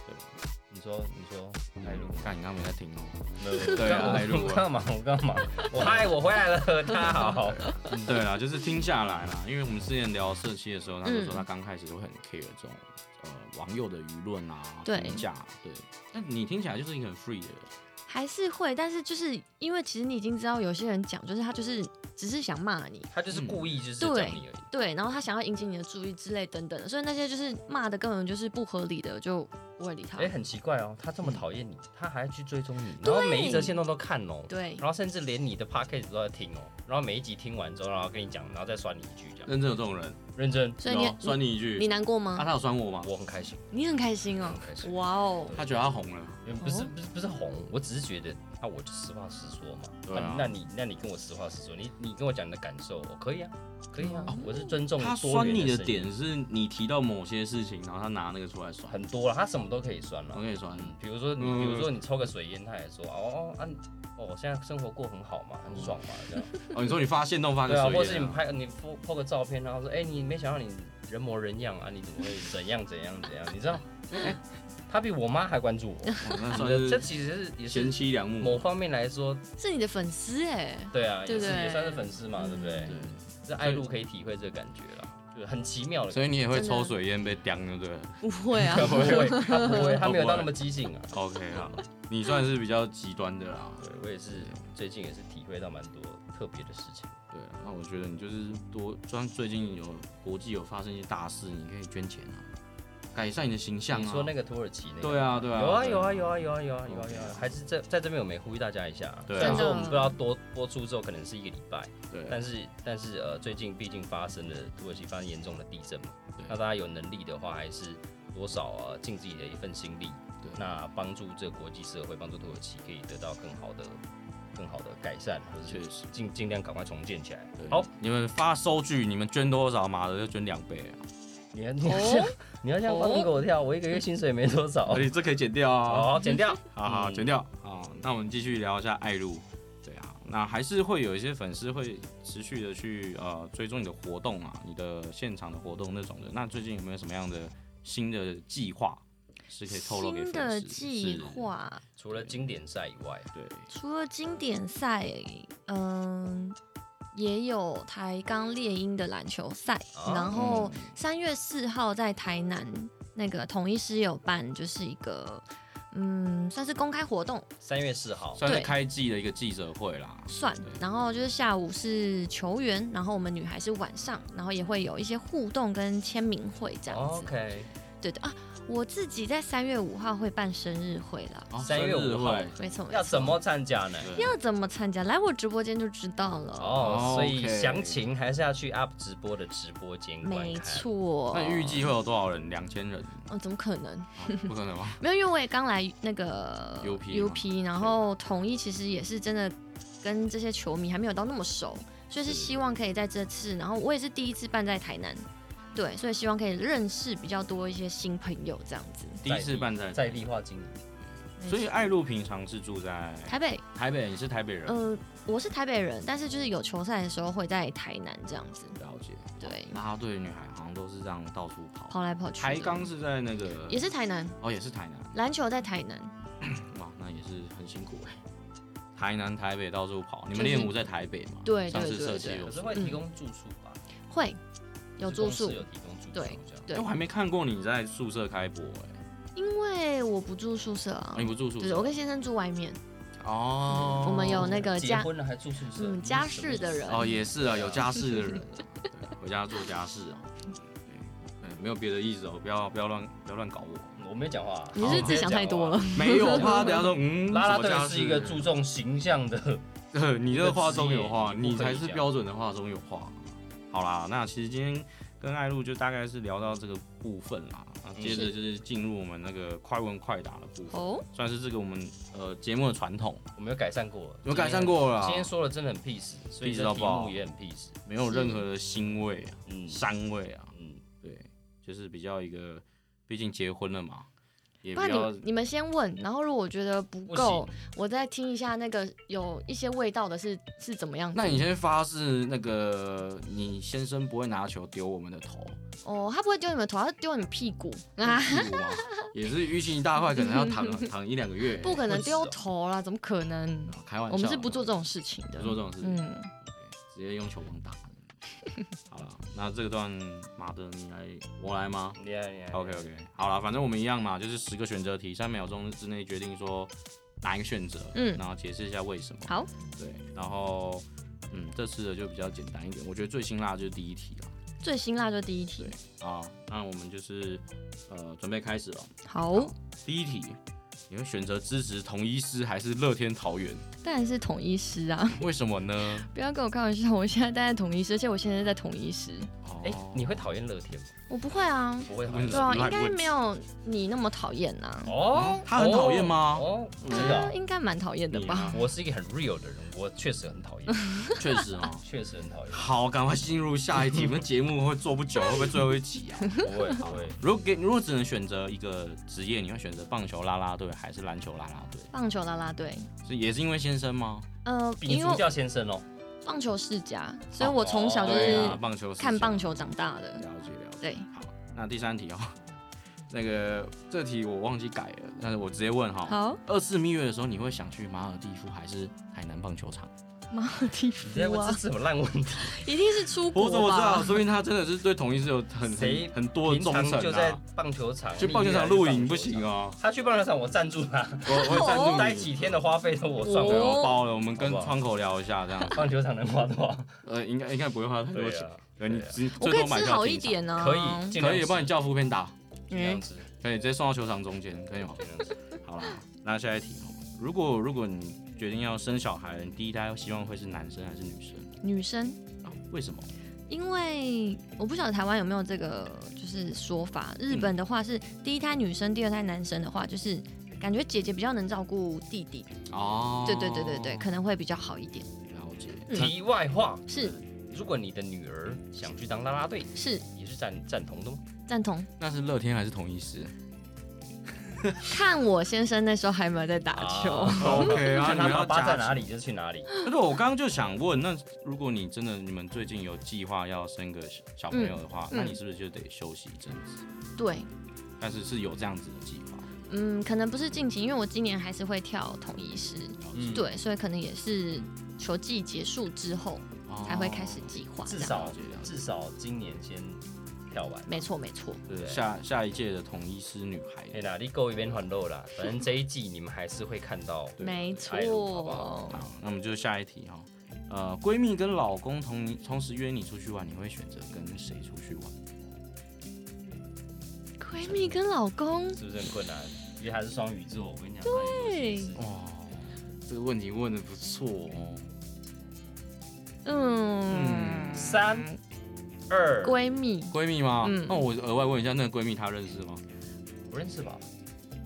S1: 对吧？
S2: 你说你说，艾
S1: 艾
S2: 露
S1: 露，，看你刚刚没在听哦。 对
S2: 对
S1: 啊艾露
S2: 我干嘛 我干嘛，我嗨我回来了，大家好，
S1: 嗯对啦，就是听下来啦，因为我们之前聊社区的时候，他就说
S3: 嗯
S1: 他刚开始会很 care 这种呃网友的舆论啊、
S3: 对
S1: 评价啊，对。但你听起来就是一个很 free 的人，
S3: 还是会，但是就是因为其实你已经知道有些人讲，就是他就是只是想骂你，
S2: 他就是故意就是
S3: 对
S2: 讲你而已，
S3: 对，然后他想要引起你的注意之类等等的，所以那些就是骂的根本就是不合理的，就不会理他。
S2: 哎，很奇怪哦，他这
S1: 嗯
S2: 么讨厌你，他还去追踪你，然后每一则线动都看哦，
S3: 对
S2: 然后甚至连你的 podcast 都在听哦，然后每一集听完之后，然后跟你讲，然后再酸你一句这样，
S1: 认真有这种人，
S2: 认真，
S3: 所以
S1: 有
S3: 你
S1: 啊酸你一
S3: 你
S1: 句，
S3: 难过
S1: 啊，
S3: 吗？
S1: 他有酸我吗？
S2: 我很开心，
S3: 你很开心哦
S2: 很，开心。
S3: 哇哦，
S1: 他觉得他红了，
S2: 嗯不是
S3: 哦
S2: 不是不是红，我只是觉得啊，我就实话实说嘛。
S1: 对啊
S2: 那你那你跟我实话实说，你你跟我讲你的感受，我可以啊，可以啊，我是尊重
S1: 哦他
S2: 多
S1: 酸
S2: 元
S1: 你
S2: 的
S1: 的
S2: 声音
S1: 点是你提到某些事情，然后他拿那个出来酸。
S2: 很多了，他什么都可以酸
S1: 我
S2: 了。
S1: 跟你说，
S2: 嗯，比如说你，
S1: 嗯
S2: 比如说你抽个水烟，他也说哦哦啊，哦，我现在生活过很好嘛，很爽嘛，这样。
S1: 哦，你说你发现动发个
S2: 对啊，
S1: 水
S2: 或
S1: 眼
S2: 是你拍你 po po 个照片，然后说，哎、你没想到你人模人样啊，你怎么会怎样怎样怎样？你知道，哎他比我妈还关 注我，
S1: 哦那算
S2: 这
S1: 是
S2: 其实是也
S1: 贤
S2: 是
S1: 妻良
S2: 某
S1: 母。
S2: 方面来说，
S4: 是你的粉丝哎，
S2: 对啊，
S4: 对
S2: 也
S4: 不
S2: 是
S4: 对
S2: 也算是粉丝嘛，对不对
S1: 对，？
S2: 这爱露可以体会这个感觉啦，就是很奇妙的
S1: 所
S2: 感
S1: 以你也会
S4: 真的
S1: 抽水烟被叼，对不对
S4: 不会啊
S2: 觉。，不会，他不会，他没有
S1: 都不
S2: 到
S1: 会
S2: 那么激进啊。
S1: ？OK 好，你算是比较极端的啦。
S2: 对我也是最近也是体会到蛮多特别的事情。
S1: 对，啊那我觉得你就是多，虽然最近有国际有发生一些大事，你可以捐钱啊，改善你的形象啊。
S2: 你说那个土耳其那个？
S1: 对啊，对啊，
S2: 有啊有
S1: 啊，
S2: 啊有啊有啊有啊有啊有啊，还是在在这边我们也呼吁大家一下，
S1: 对啊
S2: 虽
S4: 真
S2: 然说
S4: 的
S2: 我们不知道多播出之后可能是一个礼拜，
S1: 对
S2: 但是但是呃最近毕竟发生了土耳其发生严重的地震嘛
S1: 对，
S2: 那大家有能力的话还是多少呃尽自己的一份心力，
S1: 对
S2: 那帮助这个国际社会，帮助土耳其可以得到更好的更好的改善，或者
S1: 确
S2: 是
S1: 实。
S2: 尽尽量赶快重建起来。
S1: 对
S2: 好，，
S1: 你们发收据，你们捐多少，妈的就捐两倍啊！
S2: 你要你
S4: 哦
S2: 要像你要像放狗跳，我一个月薪水没多少
S1: 而，且哎这可以剪掉啊。
S2: 好剪掉。
S1: 好好，
S2: 哦嗯
S1: 剪掉啊。那我们继续聊一下爱露。对啊，那还是会有一些粉丝会持续的去呃追踪你的活动啊，你的现场的活动那种的。那最近有没有什么样的新的计划是可以透露给
S3: 新
S1: 粉丝？
S3: 的计
S1: 是，
S3: 划，
S2: 除了经典赛以外，
S1: 对，
S3: 除了经典赛，嗯，也有台钢猎鹰的篮球赛，
S2: 啊
S3: 然后
S1: 嗯
S3: 三月四号在台南那个统一师有办，就是一个嗯，算是公开活动
S2: 三月四号，
S1: 算是
S3: 对
S1: 开季的一个记者会啦。
S3: 算
S1: 对，
S3: 然后就是下午是球员，然后我们女孩是晚上，然后也会有一些互动跟签名会这
S1: 哦
S3: 样子。
S2: OK，
S3: 对的啊，我自己在三月五号会办生日会啦，
S1: 哦
S2: 三月
S1: 生日
S2: 五号
S1: 会
S3: 没错，没
S2: 要
S3: 错
S2: 怎么参加呢？
S1: 对
S3: 要怎么参加？来我直播间就知道了。
S2: 哦，所以
S1: OK
S2: 详情还是要去 UP 直播的直播间观看。
S3: 没错，
S1: 那预计会有多少人？两千 人？
S3: 哦，怎么可能？
S1: 哦不可能吧？
S3: 没有，因为我也刚来那个
S1: UP 嘛
S3: UP，然后统一其实也是真的跟这些球迷还没有到那么熟，所以是
S1: 是
S3: 希望可以在这次，然后我也是第一次办在台南，对，所以希望可以认识比较多一些新朋友这样子。
S1: 第一次办在
S2: 在地化经营，
S1: 所以爱露平常是住在
S3: 台北，
S1: 台北，你是台北人，
S3: 呃，我是台北人，但是就是有球赛的时候会在台南这样子，
S1: 了解。
S3: 对，
S1: 那他对女孩好像都是这样到处跑。
S3: 跑来跑去的。
S1: 台钢是在那个
S3: 也是台南，
S1: 哦，也是台南，
S3: 篮球在台南，
S1: 哇，那也是很辛苦哎。台南、台北到处跑，你们
S3: 就是
S1: 练舞在台北嘛？
S3: 对
S1: 上次
S3: 对对
S1: 设计
S3: 对
S1: 有
S2: 可
S1: 说。
S2: 是会提供住宿吧？
S3: 会嗯有
S2: 就是
S3: 住
S2: 公司
S3: 宿，
S2: 有提供住宿，
S3: 对
S2: 这样。
S1: 哎、
S3: 对
S1: 我，还没看过你在宿舍开播哎、
S3: 因为我不住宿舍啊
S1: 哦，你，不住宿
S3: 对，我
S1: 舍？
S3: 跟先生住外面，
S1: 哦、
S3: 我们有那个
S2: 结
S3: 家
S2: 婚了还住宿舍，
S3: 嗯
S2: 你是
S3: 家
S2: 什么
S3: 事
S2: 意思
S3: 的人
S1: 哦，也是啊，有家事的人， 对回家做家事哦。
S2: 嗯
S1: 对对没有别的意思哦，不要不要乱不要乱搞我。
S2: 我没有讲话哦啊，
S3: 你是不是自己想太多了。
S1: 没有，我怕等下说嗯，
S2: 拉拉
S1: 什么家
S2: 队
S1: 事
S2: 是一个注 重形象的，
S1: 呃，你这话中有话，
S2: 一个职业
S1: 你才
S2: 不可
S1: 是
S2: 以讲
S1: 标准的话中有话。好啦，那其实今天跟艾露就大概是聊到这个部分啦，那
S2: 嗯
S1: 接着就是进入我们那个快问快答的部分，
S3: 哦，
S1: 算是这个我们呃节目的传统，
S2: 我们有改善过了，
S1: 有改善过了啦
S2: 今天说的真的很 peace，所以
S1: Peace
S2: 这
S1: 到
S2: 题
S1: 爆
S2: 目也很 peace。
S1: 没有任何的腥味啊、
S2: 嗯
S1: 膻味啊，
S2: 嗯，
S1: 对，就是比较一个，毕竟结婚了嘛，也
S3: 不
S1: 比
S3: 然你
S1: 较
S3: 们你们先问，然后如果我觉得不
S2: 不
S3: 够
S2: 行，，
S3: 我再听一下那个有一些味道的是是怎么样子。
S1: 那你先发誓，那个你先生不会拿球丢我们的头，
S3: 哦，他不会丢你们头，他丢你们屁股啊，
S1: 屁股吗？也是淤青一大块，可能要 躺躺一两个月。
S3: 不可能
S2: 不止
S3: 丢
S2: 哦
S3: 头啦，怎么可能？
S1: 开玩笑，
S3: 我们是不做这种事情的
S1: 不。做这种事情，
S3: 嗯，
S1: 直接用球棒打。好了，那这段马德你来，我来吗
S2: 你看你看
S1: ？OK OK，好了，反正我们一样嘛，就是十个选择题，三秒钟之内决定说哪一个选择，
S3: 嗯
S1: 然后解释一下为什么。
S3: 好，
S1: 对，然后嗯，这次的就比较简单一点，我觉得最辛辣的就是第一题了。
S3: 最辛辣就第一题。
S1: 啊，那我们就是呃准备开始了。
S3: 好，
S1: 第一题，你会选择支持同一师还是乐天桃园？
S3: 当然是统一师啊！
S1: 为什么呢？
S3: 不要跟我开玩笑，我现在待在统一师，而且我现在在统一师，
S1: 哦
S2: 哎，你会讨厌乐天吗？
S3: 我不会啊。
S2: 不会讨
S1: 为
S2: 厌
S1: 什
S3: 对
S1: 么
S3: 啊，
S1: 烂
S3: 应该
S1: 问题
S3: 没有你那么讨厌呐。
S2: 哦
S1: 嗯，他很讨厌吗
S2: 哦，这个
S3: 啊，
S2: 啊
S3: 应该蛮讨厌的
S1: 你
S3: 吧
S1: 呢？
S2: 我是一个很 real 的人，我确实很讨 厌，
S1: 确实啊、
S2: 确实很讨厌。
S1: 好，赶快进入下一题，我们节目会做不久，会不会最后一集啊？
S2: 不会不 会，
S1: 如果给如果只能选择一个职业，你会选择棒球啦啦队还是篮球啦啦队？
S3: 棒球啦啦队，
S1: 是也是因为先先生吗？
S3: 呃，
S2: 比
S3: 因
S2: 足
S3: 为
S2: 叫先生哦，
S3: 棒球世家，所以我从小就
S1: 哦对
S3: 是
S1: 啊，棒球世界
S3: 看棒球长大的。
S1: 了解了解。
S3: 对，
S1: 好，那第三题哦， 那个这题我忘记改了，但是我直接问哈、
S3: 好，
S1: 二四蜜月的时候，你会想去马尔蒂夫还是海南棒球场？
S3: 马尔蒂
S2: 你在问
S3: 夫
S2: 这
S3: 啊
S2: 是，什么烂问题？
S3: 一定是出国
S1: 我
S3: 吧？
S1: 怎么知道？说明他真的是对同一是有很
S2: 谁
S1: 很很多的
S2: 平
S1: 忠
S2: 常
S1: 诚
S2: 就在
S1: 啊。
S2: 棒球场，
S1: 去棒球场露营不行。哦，
S2: 他去棒球场，我赞助他，
S1: 我我会赞
S3: 哦
S1: 助你
S2: 待几天的花费都我算
S1: 对，
S2: 了。
S1: 我包了。我们跟
S2: 好不好
S1: 窗口聊一下，这样
S2: 棒球场能花多少？
S1: 呃，应该应该不会花太多
S2: 对
S1: 钱。
S2: 啊，
S1: 对你只
S3: 我
S1: 最多
S3: 可以
S1: 买
S3: 吃
S1: 票
S3: 好一
S1: 进场，
S3: 点呢、啊，
S2: 可以，尽量
S1: 可以
S2: 吃
S1: 帮你叫副片打，
S2: 尽量
S3: 嗯，
S2: 吃。
S1: 可以直接送到球场中间，可以吗？好啦，那下一题哦。如果如果你决定要生小孩，你第一胎希望会是男生还是女生？
S3: 女生，
S1: 啊、为什么？
S3: 因为我不晓得台湾有没有这个就是说法，日本的话是第一胎女生，第二胎男生的话就是。感觉姐姐比较能照顾弟弟，
S1: 哦，
S3: 对对对对对，可能会比较好一点。
S1: 了解。
S3: 嗯
S2: 题外话，
S3: 是
S2: 如果你的女儿想去当啦啦队，
S3: 是，
S2: 也是赞赞同的吗？
S3: 赞同。
S1: 那是乐天还是同一师
S3: 看我先生那时候还没有在打
S2: 啊
S3: 球，
S1: ？OK 啊
S2: 看
S1: 你
S2: 他
S1: 们
S2: 爸
S1: 要
S2: 爸
S1: 加。
S2: 在哪里就是去哪里。
S1: 但是我刚刚就想问，那如果你真的你们最近有计划要生个小小朋友的话，
S3: 嗯嗯
S1: 那你是不是就得休息一阵子？
S3: 对，
S1: 但是是有这样子的计划。
S3: 嗯，可能不是近期，因为我今年还是会跳统一师，
S1: 了
S2: 嗯
S1: 解
S3: 对，所以可能也是球季结束之后才会开始
S1: 哦
S3: 计划，
S2: 至
S3: 这样
S2: 少至少今年先跳完。
S3: 没错没错，
S2: 对不对
S1: 下下一届的统一师女孩。
S2: 哎啦，你够一边环肉啦，反正这一季你们还是会看到。
S1: 对
S3: 没
S2: 哎呦好不
S3: 错
S1: 好，，那我们就下一题哈、呃，闺蜜跟老公同你同时约你出去玩，你会选择跟谁出去玩？
S3: 闺蜜跟老公，
S2: 是不是很困难？因为他是双鱼座，我跟你讲，对
S1: 哦，这个问题问的不错哦。
S3: 嗯，
S2: 三二，
S3: 闺蜜，
S1: 闺蜜吗？
S3: 嗯
S1: 那我额外问一下，那个闺蜜她认识吗？
S2: 不认识吧？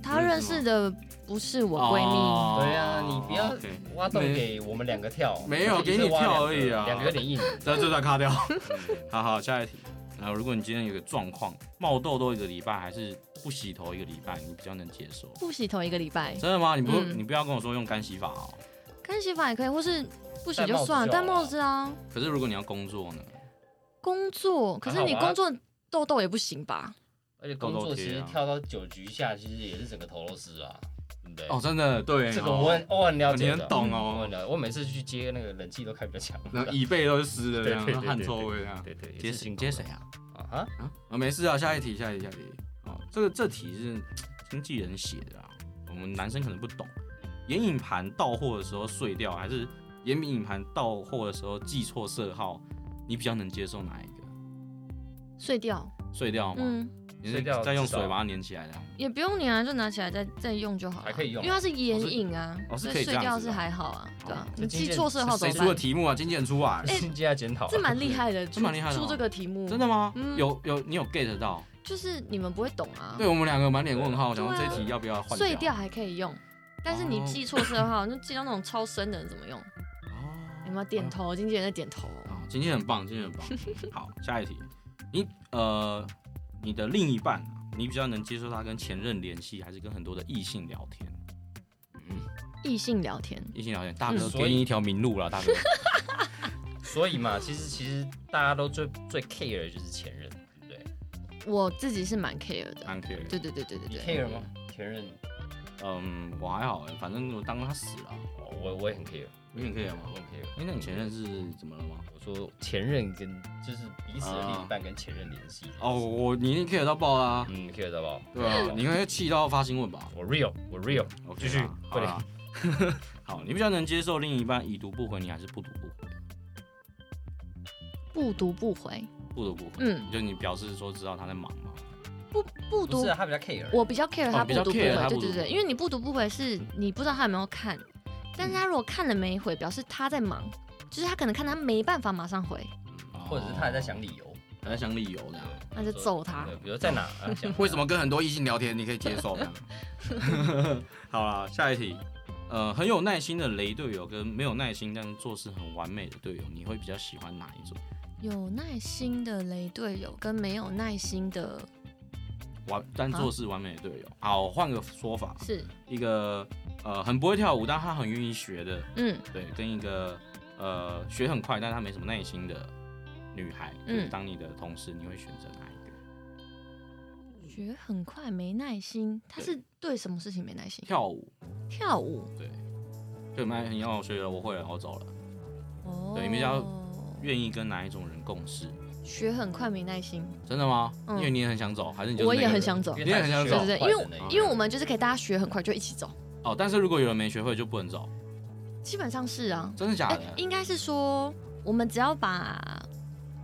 S3: 她认识的不是我闺蜜，
S1: 哦
S2: 对啊，你不要
S1: OK
S2: 挖洞给我们两个跳，
S1: 没有给你跳而已啊
S2: 两个有点 硬。
S1: 这这段卡 掉。好好，下一题。然后，如果你今天有个状况，冒痘痘一个礼拜，还是不洗头一个礼拜，你比较能接受？
S3: 不洗头一个礼拜，
S1: 真的吗？你不，
S3: 嗯
S1: 你不要跟我说用干洗法哦。
S3: 干洗法也可以，或是不洗
S2: 戴帽
S3: 就
S2: 子
S3: 算了，
S2: 就
S3: 戴
S2: 好
S3: 帽
S2: 了
S3: 子啊，
S1: 可是如果你要工作呢？
S3: 工作，可
S2: 还
S3: 是
S2: 好啊
S3: 你
S2: 吧
S3: 工作痘痘也不行吧？
S2: 而且工作
S1: 痘
S2: 其
S1: 痘贴
S2: 实
S1: 啊
S2: 跳到九局下，其实也是整个头都湿啊，对不对？
S1: 哦，，真的，对，
S2: 这个我很我很了
S1: 你
S2: 解的，嗯
S1: 很懂
S2: 我
S1: 哦
S2: 很。了解。我每次去接那个冷气都开比较强。
S1: 那椅背都是湿的，这样
S2: 对对对对
S1: 汗臭味这样。
S2: 对对，也
S1: 接
S2: 是
S1: 谁？
S2: 辛苦
S1: 接
S2: 的
S1: 谁啊？
S2: 啊哈？
S1: 啊啊，没事啊，下一题，下一题，下一题。哦，这个这题是经纪人写的啊，我们男生可能不懂。眼影盘到货的时候碎掉，还是眼影盘到货的时候记错色号，你比较能接受哪一个？
S3: 碎掉，
S1: 碎掉吗？
S3: 嗯，
S1: 你是
S2: 碎掉
S1: 再用
S2: 至少
S1: 水把它粘起来的啊。
S3: 也不用你啊，就拿起来再再用就好了，
S2: 还可以用啊
S3: 因为它是眼影啊，
S1: 哦是
S3: 所
S1: 可以
S3: 以
S1: 这
S3: 碎
S1: 样
S3: 掉
S1: 子
S3: 是
S1: 的
S3: 还好啊，对啊，
S2: 这
S3: 你
S2: 今
S3: 记
S2: 天
S3: 错色号怎
S1: 谁
S3: 么
S1: 出的
S3: 办？
S1: 题目啊？经纪人出啊？
S3: 哎
S2: 现在要检讨啊，
S3: 这蛮厉害的，
S1: 这蛮厉害的哦
S3: 出出这个题目
S1: 真的吗？
S3: 嗯
S1: 有有，你有 get 到？
S3: 就是你们不会懂啊
S1: 对，我们两个满脸问号，想说
S3: 对
S1: 这
S3: 啊
S1: 题要不要换
S3: 碎掉还可以用，但是你
S1: 哦
S3: 记错色号，就记到那种超深的人怎么用？有没
S1: 哦，
S3: 有点头？经纪人在点头，
S1: 哦，今天很棒，今天很棒。好，下一题，你呃，你的另一半啊，你比较能接受他跟前任联系，还是跟很多的异性聊天？
S3: 异性聊天，
S1: 异性聊天，大哥
S2: 嗯所以
S1: 给你一条明路了，大哥。
S2: 所以嘛，其实其实大家都最最 care 的就是前任，对不对？
S3: 我自己是蛮 care 的，
S1: 蛮 care
S3: 对对对对对
S2: 你
S3: 对，
S2: care 吗？前任，
S1: 嗯，我还好，反正我当他死了，
S2: 哦我我也很 care，
S1: 你很 care 吗
S2: 我？很 care。
S1: 哎，那你前任是怎么了吗？
S2: 我说前任跟就是彼此的另一半跟前任联系。
S1: 啊哦，，我你一定 care 到爆啦，
S2: 嗯，care 到吧？
S1: 对啊，你会气到发新闻吧？
S2: 我 real，我 real，
S1: OK
S2: 继续
S1: 啦好
S2: 快点
S1: 啦 好，你比较能接受另一半已读不回你，还是不读不回？
S3: 不读不回，
S1: 不读不回，
S3: 嗯，
S1: 就你表示说知道他在忙嘛。
S3: 不不
S2: 不
S3: 读
S2: 是啊他比较 care。
S3: 我比较 care 他
S1: 哦比
S3: 不
S1: 较
S3: 读不
S1: care
S3: 回，
S1: 他
S3: 对
S1: 不
S3: 对
S1: 读不
S3: 对，
S1: 回
S3: 因为你不读不回是你不知道他有没有看，但是他如果看了没回，表示他在忙，就是他可能看他没办法马上回，
S2: 或者是他还在想理由，
S1: 还在想理由这样。
S3: 那就揍他
S2: 哦对，比如在哪？啊讲
S1: 为什么跟很多异性聊天你可以接 受呢？好啦，下一题。呃，很有耐心的雷队友跟没有耐心但是做事很完美的队友，你会比较喜欢哪一种？
S3: 有耐心的雷队友跟没有耐心的
S1: 完，但做事完美的队友。好，换个说法，
S3: 是，
S1: 一个呃很不会跳舞，但他很愿意学的，
S3: 嗯
S1: 对，跟一个呃学很快，但他没什么耐心的女孩，
S3: 嗯
S1: 就是当你的同事，你会选择哪一个？
S3: 学很快，没耐心。他是对什么事情没耐心？
S1: 跳舞，
S3: 跳舞
S1: 对，蛮很要学了，我会了，我走了。
S3: 哦
S1: 对你们要愿意跟哪一种人共事？
S3: 学很快，没耐心。
S1: 真的吗？
S3: 嗯
S1: 因为你也很想走，还是你就是
S3: 我
S1: 那
S3: 也
S1: 个
S3: 很
S1: 人
S3: 想走，
S2: 因
S3: 对
S2: 为他是
S1: 对
S2: 学
S3: 对
S2: 很
S3: 对，因
S2: 快
S3: 为
S2: 的
S3: 我
S2: 那
S1: 种
S2: 一
S3: 因为
S2: 个
S3: 我们就是可以大家学很快就一起走，
S1: 哦，但是如果有人没学会就不能走，
S3: 基本上是啊。
S1: 真的假
S3: 哎、
S1: 的？
S3: 应该是说我们只要把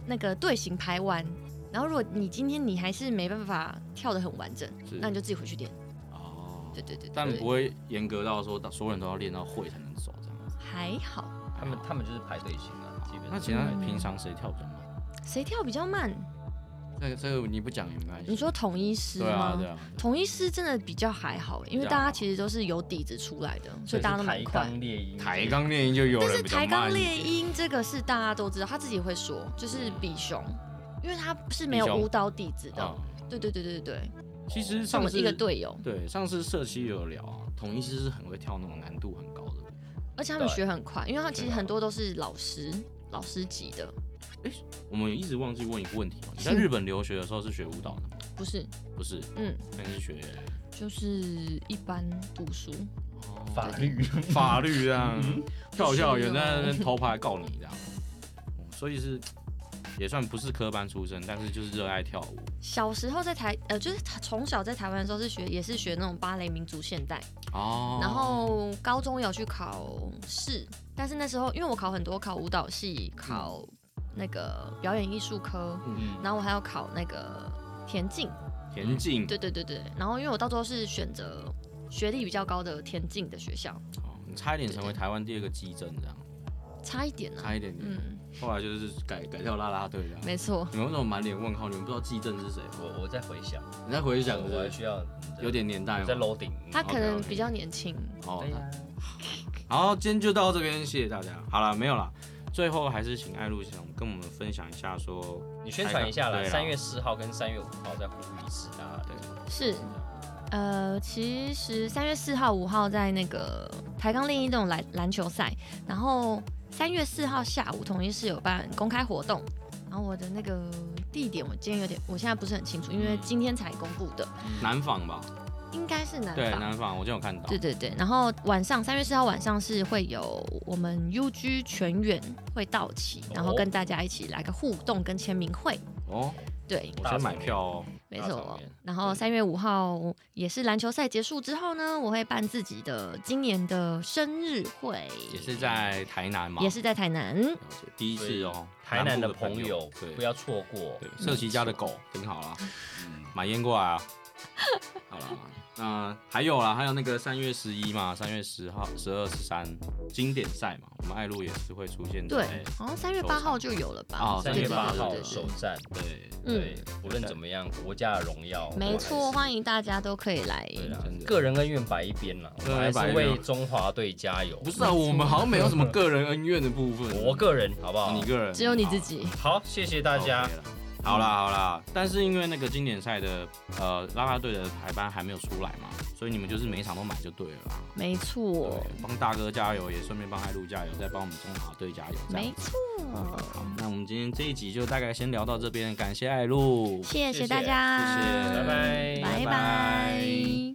S3: 那个队形排完，然后如果你今天你还是没办法跳得很完整，
S1: 是
S3: 那你就自己回去练。
S1: 哦，
S3: 对对对对
S1: 但
S3: 对
S1: 不会严格到说所有人都要练到会才能走这样子。
S3: 还好。
S2: 他们他们就是排队型啊，基本
S1: 那
S2: 上
S1: 其他人平常谁跳比较慢？
S3: 谁跳比较慢？
S1: 这个这个你不讲也没关系。
S3: 你说统一师吗？
S1: 对啊对啊，
S3: 统一师真的比较还好，欸因为大
S1: 比较还好
S3: 家其实都是有底子出来的，所以大家都蛮快。
S2: 猎鹰
S1: 抬杠啊练音就有
S3: 但是
S1: 人比较
S3: 抬
S1: 慢。
S3: 杠猎，鹰这个是大家都知道，他自己会说，就是比熊，因为他是没有
S1: 比熊
S3: 舞蹈底子的
S1: 啊。，
S3: 对对对对对对，
S1: 其实
S3: 是我
S1: 上
S3: 们
S1: 次
S3: 一个队友，
S1: 对上次社区也有聊啊，统一师是很会跳那种难度很高的。
S3: 而且他们
S2: 对
S3: 学很快，因为他其
S1: 学
S3: 实
S1: 很
S3: 很多都是老师老师级的，
S1: 我们一直忘记问一个问题哦，你在
S3: 是
S1: 日本留学的时候是学舞蹈的吗？
S3: 不是，
S1: 不是，
S3: 嗯，
S1: 那你是学
S3: 就是一般读书。
S2: 法 律
S1: 法律这样，跳跳远
S3: 不是哦
S1: 在那边偷拍告你这样，嗯所以是也算不是科班出身，但是就是热爱跳舞。
S3: 小时候在台呃，就是从小在台湾的时候是学，也是学那种芭蕾、民族、现代，
S1: 哦
S3: 然后高中有去考试，但是那时候因为我考很多，考舞蹈系，考那个表演艺术科，
S2: 嗯
S3: 然后我还要考那个田径，
S1: 田径，
S3: 对对对对。然后因为我到最后是选择学历比较高的田径的学校，
S1: 哦你差一点成为台湾第二个基正这样，
S3: 差一点呢、
S1: 差一点点。
S3: 嗯，
S1: 后来就是改改跳啦啦队这样。
S3: 没错，
S1: 你们为什么满脸问号？你们不知道基正是谁？哦
S2: 我我在回想，
S1: 你在回想是
S2: 我
S1: 不
S2: 还
S1: 是
S2: 需要
S1: 有点年代
S2: 我在
S1: 吗？
S2: loading，
S3: 他
S2: 嗯
S3: 可能比较年轻。
S1: 哦
S2: 对，呀，
S1: 好，今天就到这边，谢谢大家。好了，没有了。最后还是请艾露想跟我们分享一下说，
S2: 你宣传一下啦，
S1: 对啦
S2: 三月四号跟三月五号在呼吁是大家
S1: 对
S3: 是，呃，其实三月四号、五号在那个台钢另一栋篮篮球赛，然后三月四号下午统一是有办公开活动，然后我的那个地点我今天有点，我现在不是很清楚，因为今天才公布的，
S1: 南纺吧，
S3: 应该是南
S1: 对，
S3: 法。
S1: 南纺，我就有看到。
S3: 对对对，然后晚上三月四号晚上是会有我们 UG 全员会到齐，然后
S2: 哦
S3: 跟大家一起来个互动跟签名会，
S1: 哦，
S3: 对，
S1: 我先买票哦。
S3: 没
S2: 大场
S3: 错
S2: 面。
S3: 然后
S2: 对
S3: 三月五号也是篮球赛结束之后呢，我会办自己的今年的生日会，
S1: 也是在台南嘛，
S3: 也是在台南。
S1: 了解第一次哦，
S2: 台南
S1: 部
S2: 的
S1: 的
S2: 朋友
S1: 对
S2: 不要嗯错过，
S1: 对，社旗家的狗挺好啦，买烟过来啊。好啦，那还有啦，还有那个三月十一嘛，三月十号、十二、十三经典赛嘛，我们艾露也是会出现
S3: 对
S1: 在。，哎
S3: 好像三月八号就有了吧？
S1: 哦
S2: 三
S1: 对
S2: 月八号
S3: 对对对
S2: 首战，
S1: 对，
S3: 嗯
S2: 对，不论怎么样，国家的荣耀，
S3: 没错，
S2: 迎。
S3: 欢迎大家都可以来。
S2: 对啦
S1: 啊真的
S2: 个人恩怨摆一边啦，我
S1: 个人
S2: 还
S1: 恩摆
S2: 是
S1: 一边啊
S2: 为中华队加油
S1: 不。是啊，我们好像没有什么个人恩怨的部分。哦
S2: 我个人啊好不好？
S1: 你个人，
S3: 只有你自己，
S2: 好，谢谢大家
S1: OK。了好啦好啦，但是因为那个经典赛的呃啦啦队的排班还没有出来嘛，所以你们就是每一场都买就对了啦。
S3: 没错，
S1: 对帮大哥加油，也顺便帮艾露加油，再帮我们中华队加油。这样
S3: 没错。
S1: 好，那我们今天这一集就大概先聊到这边，感谢艾露，
S3: 谢
S2: 谢谢
S3: 大家，
S1: 谢谢
S2: 拜拜。
S3: 拜
S1: 拜
S3: 拜